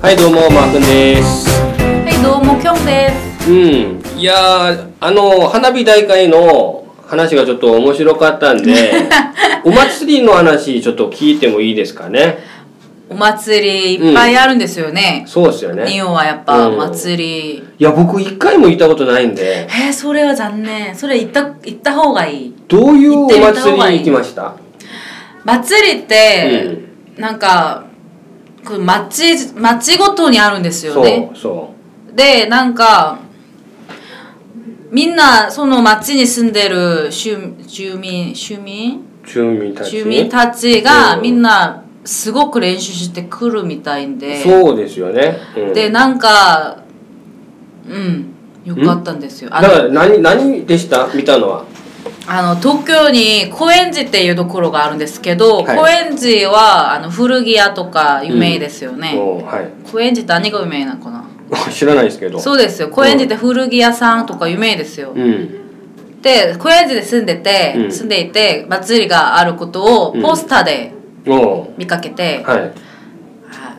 はいどうもマー君ですはい、どうも、きょんです。うんいやーあの花火大会の話がちょっと面白かったん でお祭りの話ちょっと聞いてもいいですかねお祭りいっぱいあるんですよね。そうですよね日本はやっぱうん祭り。いや僕一回も行ったことないんでえー、それは残念。それ行った、行った方がいい。どういうお行ってみた祭方がりいいに行きました祭りって、なんか、こう町、町ごとにあるんですよね。そうそで、なんか、みんなその町に住んでる住住民住民う住民たち住民たちがうんみんなすごく練習してくるみたいんでそうですよね、うんでなんかうんよかったんですよだあからの何何でした見たのはあの東京に高円寺っていうところがあるんですけど、はい高円寺はあの古着屋とか有名ですよね、もうはい高円寺って何が有名なのかな知らない ですけどそうですよ高円寺って古着屋さんとか有名ですよ、うんで高円寺で住んでて、うん住んでいて祭りがあることをうんポスターでおう見かけて、はいはい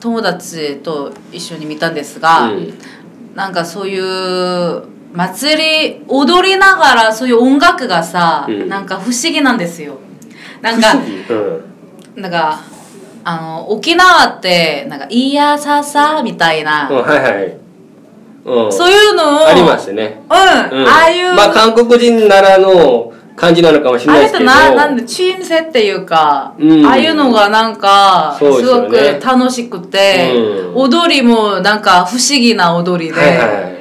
友達と一緒に見たんですが、うんなんかそういう祭り踊りながらそういう音楽がさ、うんなんか不思議なんですよな んかうんなんかあの沖縄ってなんか「いやささ」みたいな、うん、はいはい、うん、そういうのをありますね、うん、うん、ああいう、まあ韓国人ならの感じなのかもしれあないれですっけてどななんでチームセっていうか、うんああいうのがなんかすそうですよごくね楽しくて、うん踊りもなんか不思議な踊りで、はいはい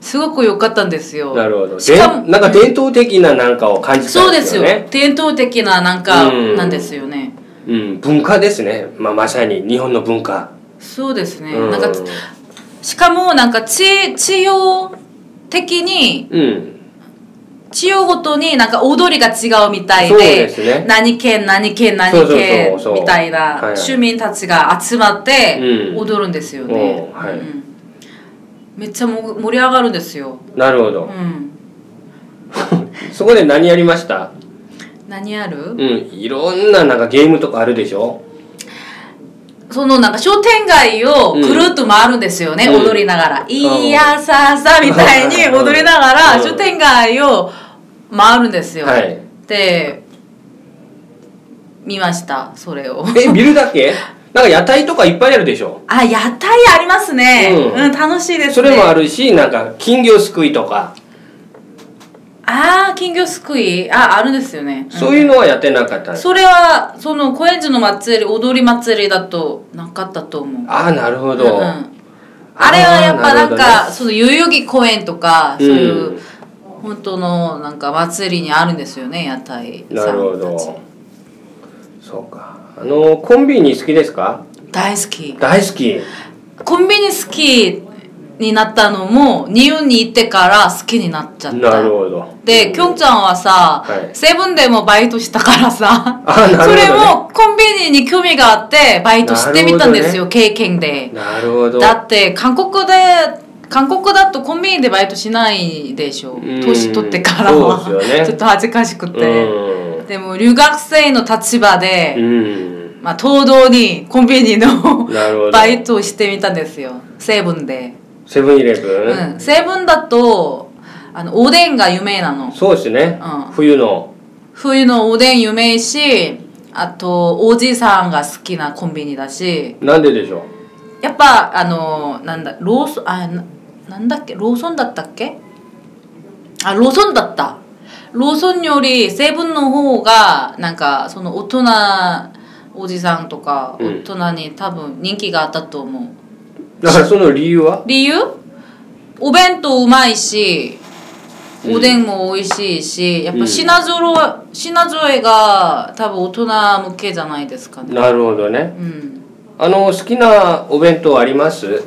すごく良かったんですよなるほどしかもでなんか伝統的ななんかを感じたそんうでですすよよね伝統的ななんかうんなんですよね、うん、文化ですね、まあ、まさに日本の文化、そうですね、うんなんかしかもなんか地地方的にうん地方ごとになんか踊りが違うみたいそうでですね何県何県何そうそう県そうそうみたいはいはない住民たちが集まってうん踊るんですよね、おうはいうんめっちゃも盛り上がるんですよ、なるほど、うん、そこで何やりました何ある、うんいろんななんかゲームとかあるでしょそのなんか商店街をぐるっと回るんですよね、うん踊りながら「んいやさあさ」みたいに踊りながうらん商店街を回るんですよ、はいで見ましたそれを え見るだけなんか屋台とかいっぱいあるでしょあ屋台ありますね、ううんん楽しいですねそれもあるしなんか金魚すくいとかあー金魚すくいああるんですよね、んそういうのはやってなかったんですそれはその高円寺の祭り踊り祭りだとなかったと思うああなるほど、うんうんあれはやっぱあーなんなるほか、どねその代々木公園とかそういう、うん本当のなんか祭りにあるんですよね屋台なさるほんたちどそうかあのコンビニ好きですか大好き大好きコンビニ好きになったのも日本に行ってから好きになっちゃったなるほどできょんちゃんはさ、はいセブンでもバイトしたからさあなるほどねそれもコンビニに興味があってバイトしてみたんですよ、経験でなるほどだって韓国で韓国だとコンビニでバイトしないでしょん年取ってからは、そうですよね ちょっと恥ずかしくて、うでも留学生の立場で、ん、うん、まあ、東堂にコンビニのなるほど バイトをしてみたんですよセブンで、セブンイレブうンん、セブンだとあのおでんが有名なのそうですね、うん冬の冬のおでん有名しあとおじさんが好きなコンビニだしなんででしょやっぱあのなんだローソンあななんだっけローソンだったっけあローソンだったローソンよりセブンの方がなんかその大人おじさんとかうん大人に多分人気があったと思う、うだからその理由は理由お弁当うまいしおでんも美味しいし、やっぱ品揃え、品揃えが多分大人向けじゃないですかねなるほどねうんあの好きなお弁当あります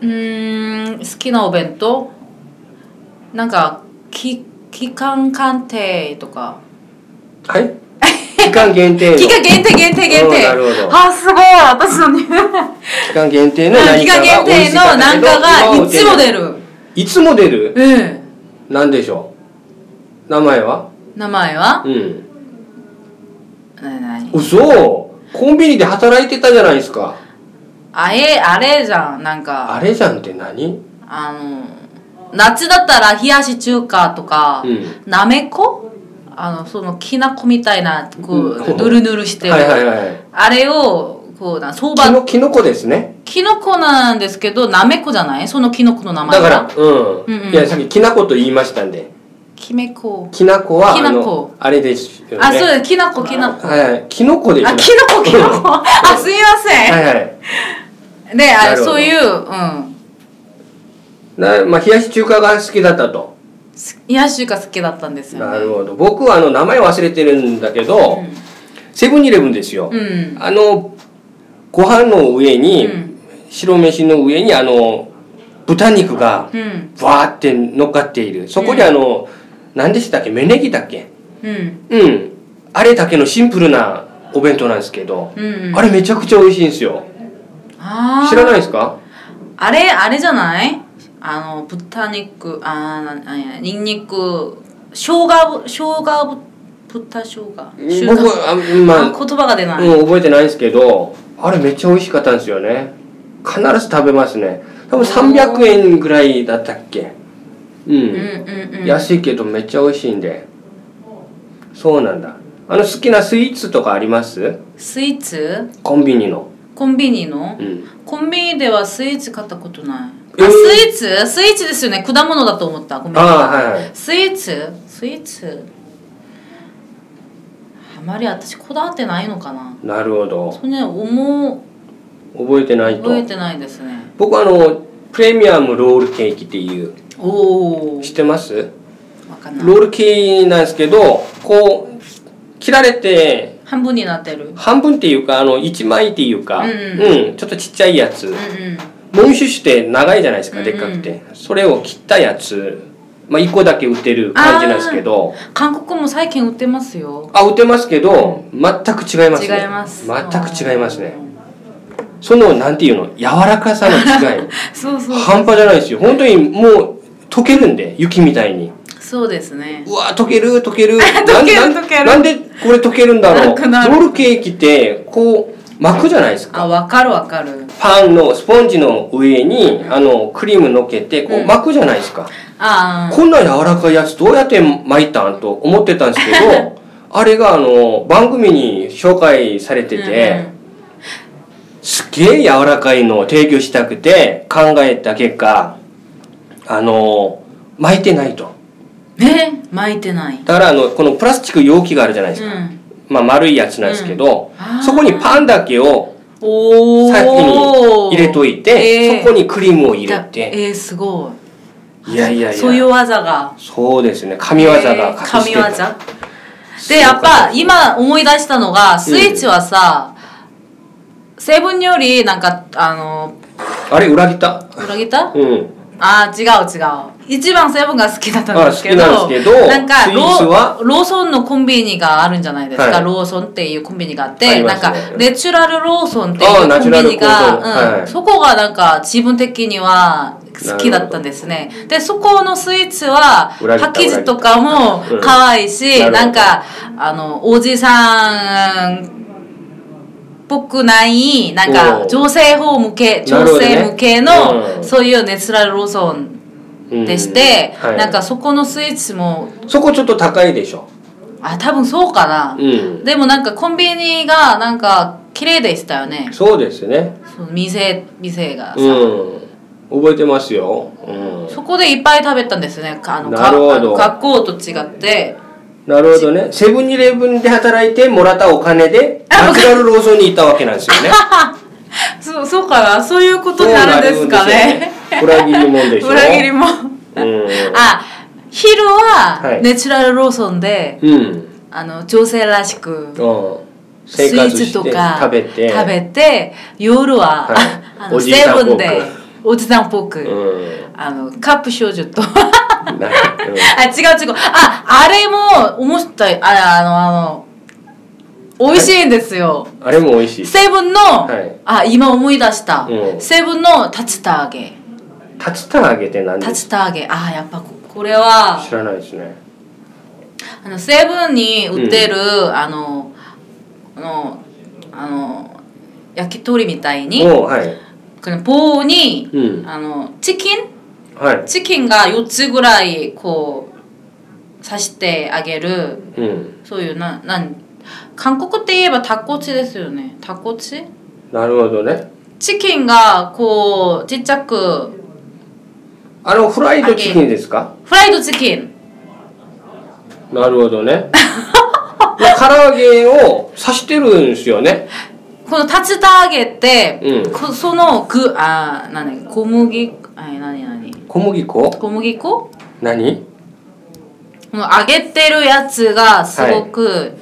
うーん好きなお弁当なんかき期間鑑定とかはい 期間限定の期間限定限定限定おーなるほどあすごい私のね期間限定の何期か間が美味限定しのかったなけんどかが今はいつも売って出ないるいつも出るうんなんでしょう名前は名前は、うんなになに嘘コンビニで働いてたじゃないですかあれあれじゃんなんかあれじゃんって何あの夏だったら冷やし中華とか、うんなめこあのそのきな粉みたいなこううんぬるぬるしてる、はいはいはいあれをこうな相き場のきのこですねきのこなんですけどなめこじゃないそのきのこの名だ前はからうん、うんうんいやさっききなこと言いましたんできめこきなこはきあなこのあれですよねあそうですきなこきなこはいはいきのこでしょあきのこきのこあすいません、はいはいでなあるほどそういううんなまあ、冷やし中華が好きだったと、冷やし中華好きだったんですよねなるほど僕はあの名前忘れてるんだけど、うんセブンイレブンですよ、うんあのご飯の上に、うん白飯の上にあの豚肉がうんわーって乗っかっているそこにあの、何でしたっけ芽ネギだっけうんうんあれだけのシンプルなお弁当なんですけど、うんあれめちゃくちゃ美味しいんですよあー知らないですかあれあれじゃないあの豚肉あーななんやニンニク生姜ぶ生姜ぶ豚生姜生姜僕はあまああ言葉が出ない、うん、覚えてないんですけどあれめっちゃ美味しかったんですよね必ず食べますね多分300円ぐらいだったっけうん、うん、うんうん安いけどめっちゃ美味しいんでそうなんだあの好きなスイーツとかありますスイーツコンビニのコンビニの、うんコンビニではスイーツ買ったことない、えーあスイーツスイーツですよね果物だと思ったごめんなさいあーはいはいスイーツスイーツあまり私こだわってないのかななるほどそれね思う覚えてないと覚えてないですね僕あのプレミアムロールケーキっていうおお知ってますわかんないロールケーキなんですけどこう切られて半分になってる半分っていうかあの1枚っていうか、うんうんちょっとちっちゃいやつ、うモンシュシュって長いじゃないですか、うんうでんっかくてそれを切ったやつ、まあ、1個だけ売ってる感じなんですけどん、韓国も最近売ってますよあ売ってますけど全く違いますね違います全く違いますねそのなんていうの柔らかさの違い そうそう半端じゃないですよ本当にもう溶けるんで雪みたいにそうですねうわ溶ける溶ける 溶けるなんなん溶けるなんでこれ溶けるんだろなくなうるロールケーキってこう巻くじゃないですかあわかるわかるパンのスポンジの上にあのクリームのっけてこううん巻くじゃないですか、あこんな柔らかいやつどうやって巻いたんと思ってたんですけどあれがあの番組に紹介されあてて、すげえ柔らかいのを提供したくて考えた結果あの巻いてないとね巻いてないだからあのこのプラスチック容器があるじゃないですか、んまあ、丸いやつなんですけど、うんあーそこにパンだけをおお先に入れといて、そこにクリームを入れてえー、すごいやいやいいやそういう技がそうですね神業がえー神業隠してたでやっぱ今思い出したのがスイーツはさ、成分よりなんかあのあれ裏切った裏切ったうんあー違う違う一番セブンが好きだったんですけどあ好きなんですけどなんかスイローツはーローソンのコンビニがあるんじゃないですか、はいローソンっていうコンビニがあってありまなんすねかネチュラルローソンっていあーうナコチュンラルビニが、ローソンうんはいそこがなんか自分的には好きだったんですねでそこのスイーツは裏切ったパッケージとかも裏切った可愛いし、うんなるなほんどかあのおじさん僕ないなんおかー女性法向けなるほ女どね性向けの、うんそういうネチュラルローソンうんでして、はいなんかそこのスイーツもそこちょっと高いでしょあ多分そうかな、うんでもなんかコンビニがなんか綺麗でしたよねそうですねその店店がさ、うん覚えてますよ、うん、そこでいっぱい食べたんですねかあのなかるほどあの学校と違ってなるほどねセブンイレブンで働いてもらったお金でナチュラルローソンに行ったわけなんですよねそそうかな そういうこそとうになるんですかねなるんですよね裏切りもんでしょ 裏切りもうあ昼ははいネチュラルローソンで、ん、うんあの女性らしくうん、スイ生ー活してツとか食べて食べて夜は、はいあのおじいさんっぽくセブンでおじさんっぽく、うあのカップ少女とんなんかうんあ違う違うああれも思ったいああのあの美味しいんですよ、あれも美味しいセブンの、はいあ今思い出した、うんセブンの竜田揚げ竜田揚げって何で竜す田揚げあやっぱここれはか知らないですねあのセブンに売ってる、あのあのあの焼き鳥みたいにもうはいこの棒に、うんあのチキンはい。チキンが4つぐらいこう刺してあげるうん。そういうななん韓国って言えばタコチですよねタコチなるほどね。チキンがこうちっちゃくあの、フライドチキンですかフライドチキンなるほど ね。まあ、唐揚げを刺してるんですよね。この竜田揚げって、うんこその具あー何小麦あ何何小麦粉小麦粉何この揚げてるやつがすごく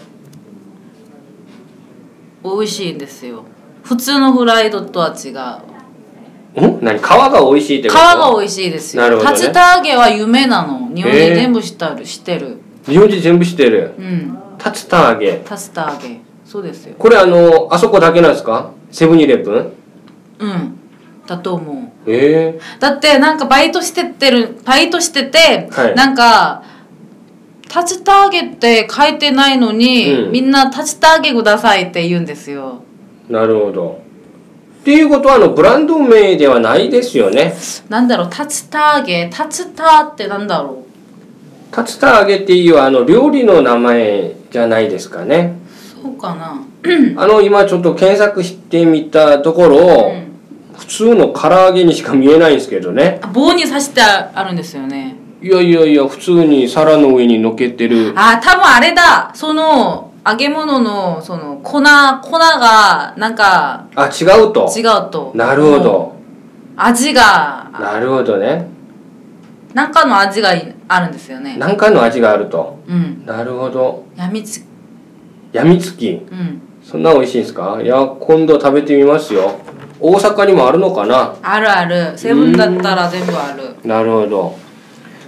美味しいんですよ、普通のフライドとは違うん何皮が美味しいって皮ことが美味しいですよ。なるほどね竜田揚げは夢なの。日本にへえ全部したる、してる。日本人全部してる。うん。竜田揚げ。竜田揚げ。そうですよ。これあの、あそこだけなんですかセブンイレブンうん。だと思う。ええだってなんかバイトしてってる、バイトしてて、はいなんか、竜田揚げって書いてないのに、うんみんな竜田揚げくださいって言うんですよ。なるほど。っていうことはあの、ブランド名ではないですよね。なんだろう、竜田揚げ、竜田ってなんだろ竜田揚げっていうあの、料理の名前じゃないですかね。う。そうかな。あの今ちょっと検索してみたところ、うん普通の唐揚げにしか見えないんですけどねあ棒に刺してあるんですよね。いやいやいや普通に皿の上にのっけてるあー多分あれだその揚げ物のその粉粉がなんかあ違うと違うとなるほうんど味がなるほどねなんかの味があるんですよね何かの味があるとうんなるほどやみつやみつきうんそんな美味しいんですかいや今度食べてみますよ大阪にもあるのかなあるあるセブンだったら全部あるなるほど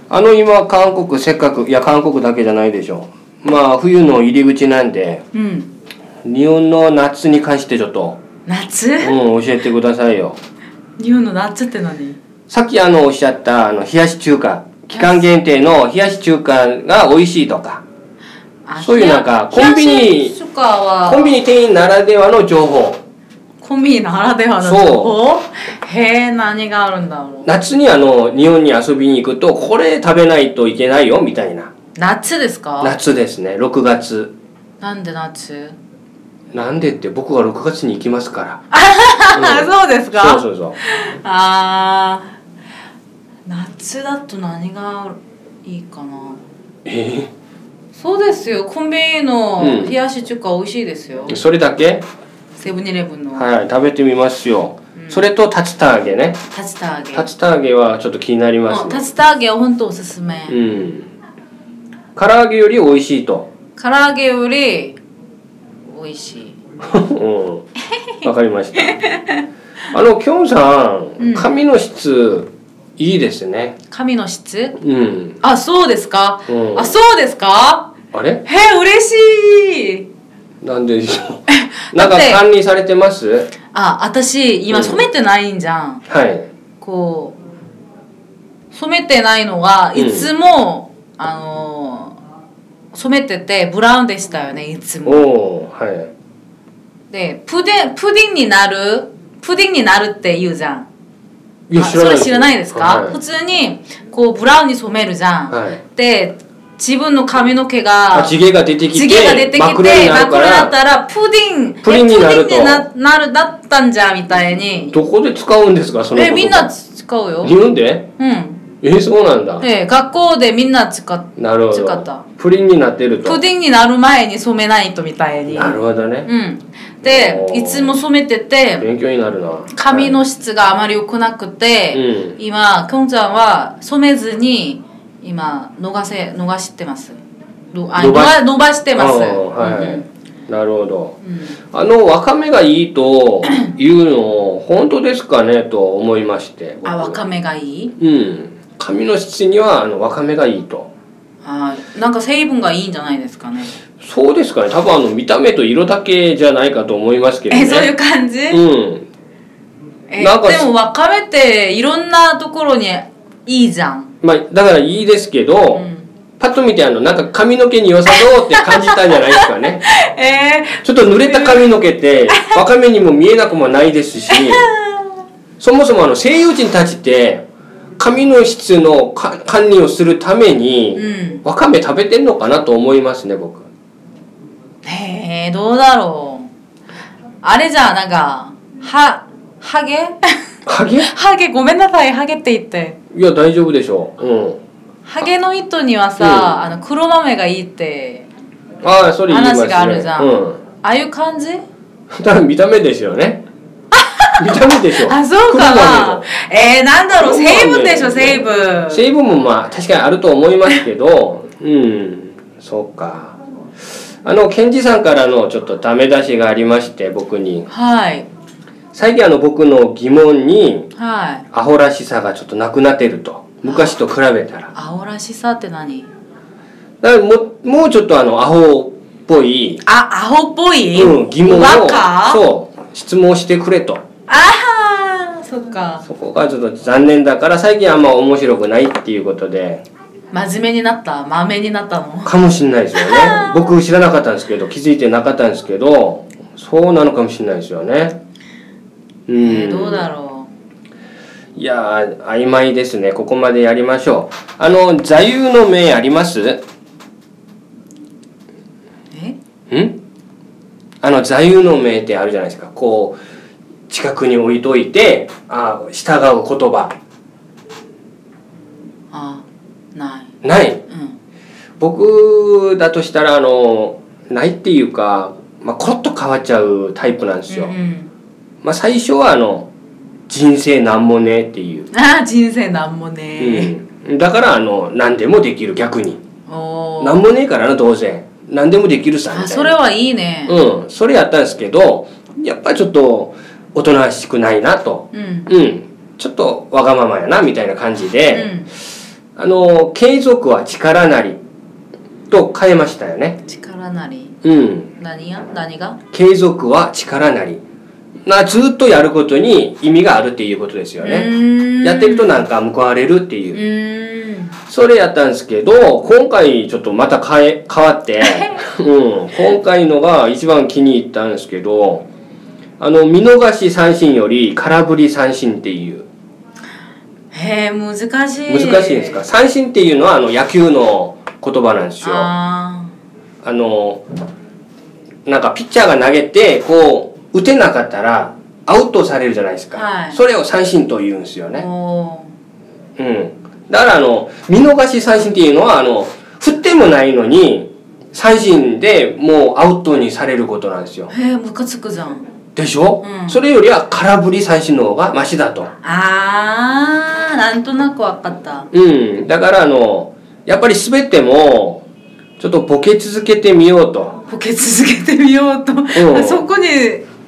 あの今韓国せっかくいや韓国だけじゃないでしょまあ冬の入り口なんでうん日本の夏に関してちょっと夏 うん、教えてくださいよ。日本の夏って何さっきあのおっしゃったあの冷やし中華、期間限定の冷やし中華が美味しいとか、あそういうなんかコンビニ冷やし中華はコンビニ店員ならではの情報。コンビニならではのそう情報へえ何があるんだろう夏にあの日本に遊びに行くとこれ食べないといけないよみたいな。夏ですか夏ですね、6月。なんで夏なんでって僕が6月に行きますから。あそうですかそうそうそう。あー夏だと何がいいかなえそうですよコンビニのうん冷やし中華美味しいですよ、ーそれだけセブンイレブンの竜はい、食べてみますよ。それと竜田揚げね。田揚げ竜田揚げはちょっと気になりますうんね。竜田揚げは本当おすすめ、うん。唐揚げより美味しいと。唐揚げより美味しいうん、わかりましたあのきょんさうんん髪の質いいですね神の質うん、あそうですか、うんあそうですかあれへえ嬉しいなんででしょうなんかだって管理されてますあ私う今ん染めてないんじゃんはいこう染めてないのがうんいつも、あのー染めててブラウンでしたよねいつおもおはいでプデンプディンになるプディンになるって言うじゃんいやあそれ知らないですか、はい普通にこうブラウンに染めるじゃん、はいで自分の髪の毛あが地毛が出てきて地毛が出てきて真っ黒になるか真っ黒だっらたらプディンえプディンになるとプディンにななるだったんじゃんみたいにどこで使うんですかその言え葉みんな使うよ日本でうんえそうなんだええ、学校でみんな使っなるほ使ったどプリンになってるとプディンになる前に染めないとみたいになるほどね、うん、でおーいつも染めてて勉強になるな髪の質があまり良くなくて、うん今きょんちゃんは染めずに今逃せ逃してますのあ伸伸ばしば伸ばしてます、あーはい、うんなるほどうんあのわかめがいいというのを本当ですかねと思いましてあわかめめがいいうん髪の質にはあのわかめがいいとあーなんか成分がいいんじゃないですかねそうですかね多分あの見た目と色だけじゃないかと思いますけどねえそういう感じ、うんえなんかでもわかめっていろんなところにいいじゃん、まあだからいいですけど、うんパッと見てあのなんか髪の毛に良さそうって感じたんじゃないですかねえ ちょっと濡れた髪の毛ってわかめにも見えなくもないですしそもそもあの西洋人たちって髪の質のか管理をするためにうわかめ食べてんのかなと思いますね僕んへえどうだろうあれじゃあなんかはハゲハゲ ハゲごめんなさいハゲって言っていや大丈夫でしょう、うん、ハゲの人にはさ、あの黒豆がいいってああそれ言いますね話があるじゃんうん、ああいう感じ多分見た目ですよ ね見た目でしょあそうかな黒豆えー、なんだろう黒豆成分でしょ成分成分もまあ確かにあると思いますけどうんそうかあのケンジさんからのちょっとダメ出しがありまして僕にはい最近あの僕の疑問にはいアホらしさがちょっとなくなってると昔と比べたら青らしさって何だからもうもうちょっとあのアホっぽい、あアホっぽい、うん、疑問を和歌そう質問してくれとああそっかそこがちょっと残念だから最近あんま面白くないっていうことで真面目になった豆になったのかもしれないです よね僕知らなかったんですけど気づいてなかったんですけどそうなのかもしれないですよねうん、えー、どうだろいやー曖昧ですねここまでやりましょうあの座右の銘ありますうえんあの座右の銘ってあるじゃないですかこう近くに置いといてあー従う言葉あないないうん僕だとしたらあのないっていうか、まあ、コロッと変わっちゃうタイプなんですよ、うんうん、まあ、最初はあの人生なんもねっていう、あー人生なんもねうん、だからあの何でもできる逆におなおんもねえからな当然何でもできるさみたいなあそれはいいねうん、それやったんですけどやっぱちょっとおとなしくないなと、うんうんうん、ちょっとわがままやなみたいな感じで、あの継続は力なりと変えましたよね、力なりうん、何や何が継続は力なりなずっとやることに意味があるっていうことですよね、やってるとななんか報われるっていうう、ーんそれやったんですけど今回ちょっとまた変え変わって うん今回のが一番気に入ったんですけどあの見逃し三振より空振り三振っていうへえ難しい難しいですか三振っていうのはあの野球の言葉なんですよああのなんかピッチャーが投げてこう打てなかったらアウトされるじゃないですか、はいそれを三振と言うんですよあ、ね、おうん、だからあの見逃し三振っていうのはあの振ってもないのに三振でもうアウトにされることなんですよーへえムカつくじゃんでしょ、うんそれよりは空振り三振の方がマシだと、あーなんとなくわかったうん、だからあのやっぱり滑ってもちょっとボケ続けてみようとボケ続けてみようと、んそこに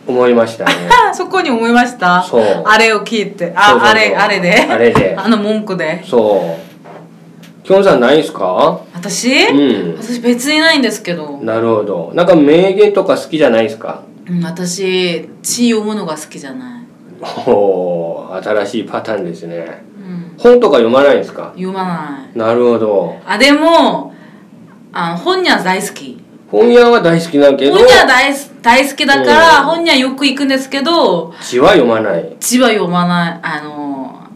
思いましたねあそこに思いましたそうあれを聞いて あそうそうそうあれあれであれであの文句でそう。きょんさんないんすか？私、うん。私別にないんですけど、なるほど。なんか名言とか好きじゃないですか？うん、私血読むのが好きじゃない、おお、新しいパターンですねう。ん、本とか読まないんですか？読まないなるほど。あでもあ本屋大好き本屋は大好きなんけど本、屋大す大好きだから、うん本屋よく行くんですけど字は読まない。字は読まないあの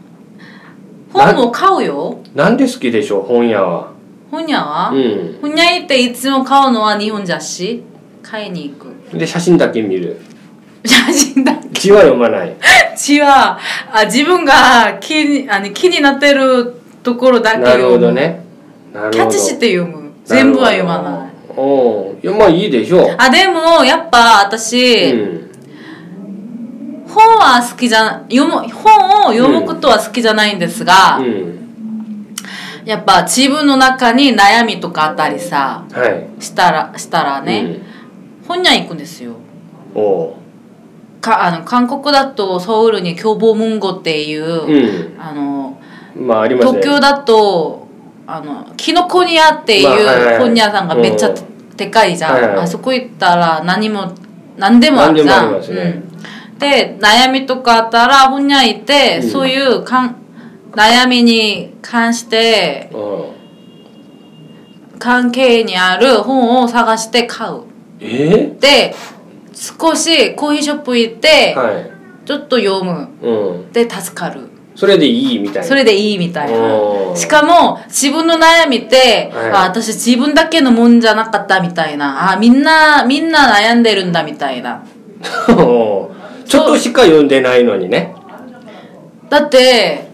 な本を買うよなんで好きでしょう本屋は。本屋は、うん。本屋行っていつも買うのは日本雑誌買いに行く で写真だけ見る。写真だ字は読まない。字はあ自分が気にあの気になってるところだけなるほ読どむ、ね。なるほど。キャッチして読む全部は読まなるいほど。おお、いやまあいいでしょう。あでもやっぱ私、うん。本は好きじゃ読む本を読むことは好きじゃないんですが、うん。やっぱ自分の中に悩みとかあったりさはい。したらしたらね、本屋行くんですようん。おお。かあの韓国だとソウルに教母文語っていう、うん。あのまあありますね。東京だとあのキノコニアってまあはいはいいう本屋さんがめっちゃでかいじゃん、はいはいあそこ行ったら何も何でもあるじゃ何でもありん、ますねうん、で悩みとかあったら本屋行って、うんそういうかん悩みに関してうん。関係にある本を探して買うえで少しコーヒーショップ行って、はい。ちょっと読むうん。で助かるそれでいいみたいな。それでいいみたいおーなしかも自分の悩みって、はいあ私自分だけのもんじゃなかったみたいなあみんなみんな悩んでるんだみたいな ちょっとしか読んでないのにね。だって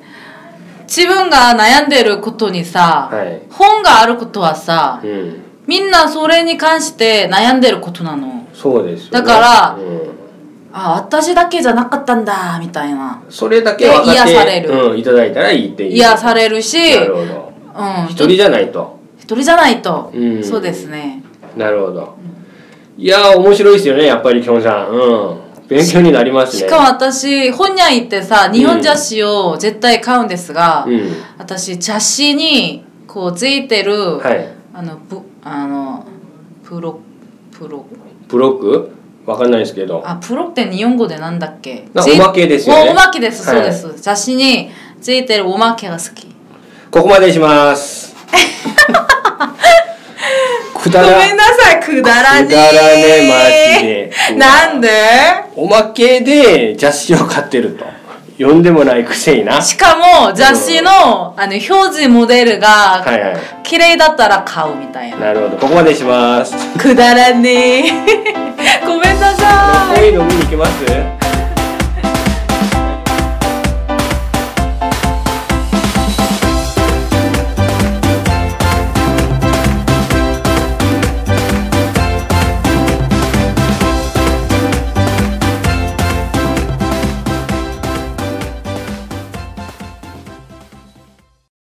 自分が悩んでることにさ、はい本があることはさうん。みんなそれに関して悩んでることなのそうですよ、ね。だからうん、あ私だけじゃなかったんだみたいなそれだけ分かってで癒されるうん、いただいたらいいっていう。癒されるしなるほど。うん、一人じゃないと。一人じゃないと、うんそうですねなるほど。いやー、面白いですよね、やっぱり、きょんさん。うん。勉強になりますね。しかも私本屋行ってさ日本雑誌を絶対買うんですが、うん。私雑誌にこうついてる、はい。あのぶあのプロプロブロックわかんないですけど。あプロって日本語でなんだっけなついおまけですよねおおまけですはいそうです、雑誌についてるおまけが好きここまでにし ます。くだらなさいくくだだらねマジで なんでおまけで雑誌を買ってると読んでもないくせになしかも雑誌のあの表示モデルがはいはい綺麗だったら買うみたいななるほどここまでにします くだらねえごめんなさいこういうの見に行きます